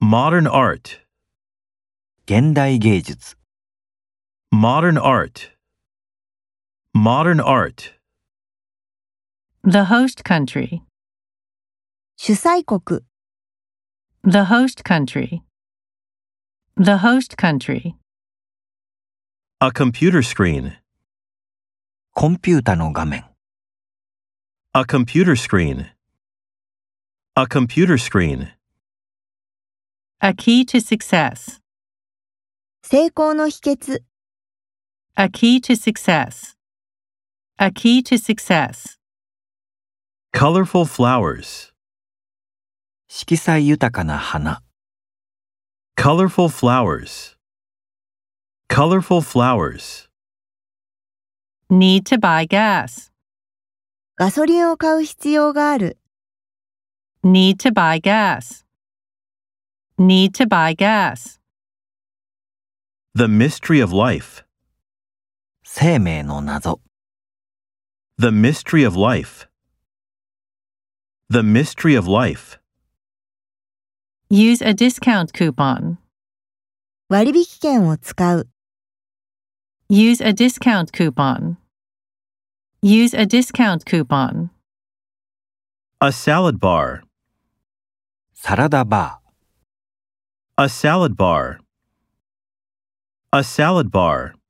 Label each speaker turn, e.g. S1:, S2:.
S1: Modern art.
S2: 現代芸術
S1: Modern art. Modern art.
S3: The host country.
S4: 主催国
S3: The host country. The host country.
S1: A computer screen.
S2: コンピュータの画面
S1: A computer screen. A computer screen.
S3: A key to success.
S4: 成功の秘訣
S3: A key to success. A key to success.
S1: Colorful flowers.
S2: 色彩豊かな花
S1: Colorful flowers. Colorful flowers.
S3: Need to buy gas.
S4: ガソリンを買う必要がある
S3: Need to buy gas. Need to buy gas.
S1: The mystery of life.
S2: 生命の謎
S1: The mystery of life. The mystery of life.
S3: Use a discount coupon.
S4: 割引券を使う
S3: Use a discount coupon. Use a discount coupon.
S1: A salad bar.
S2: サラダバー
S1: A salad bar. A salad bar.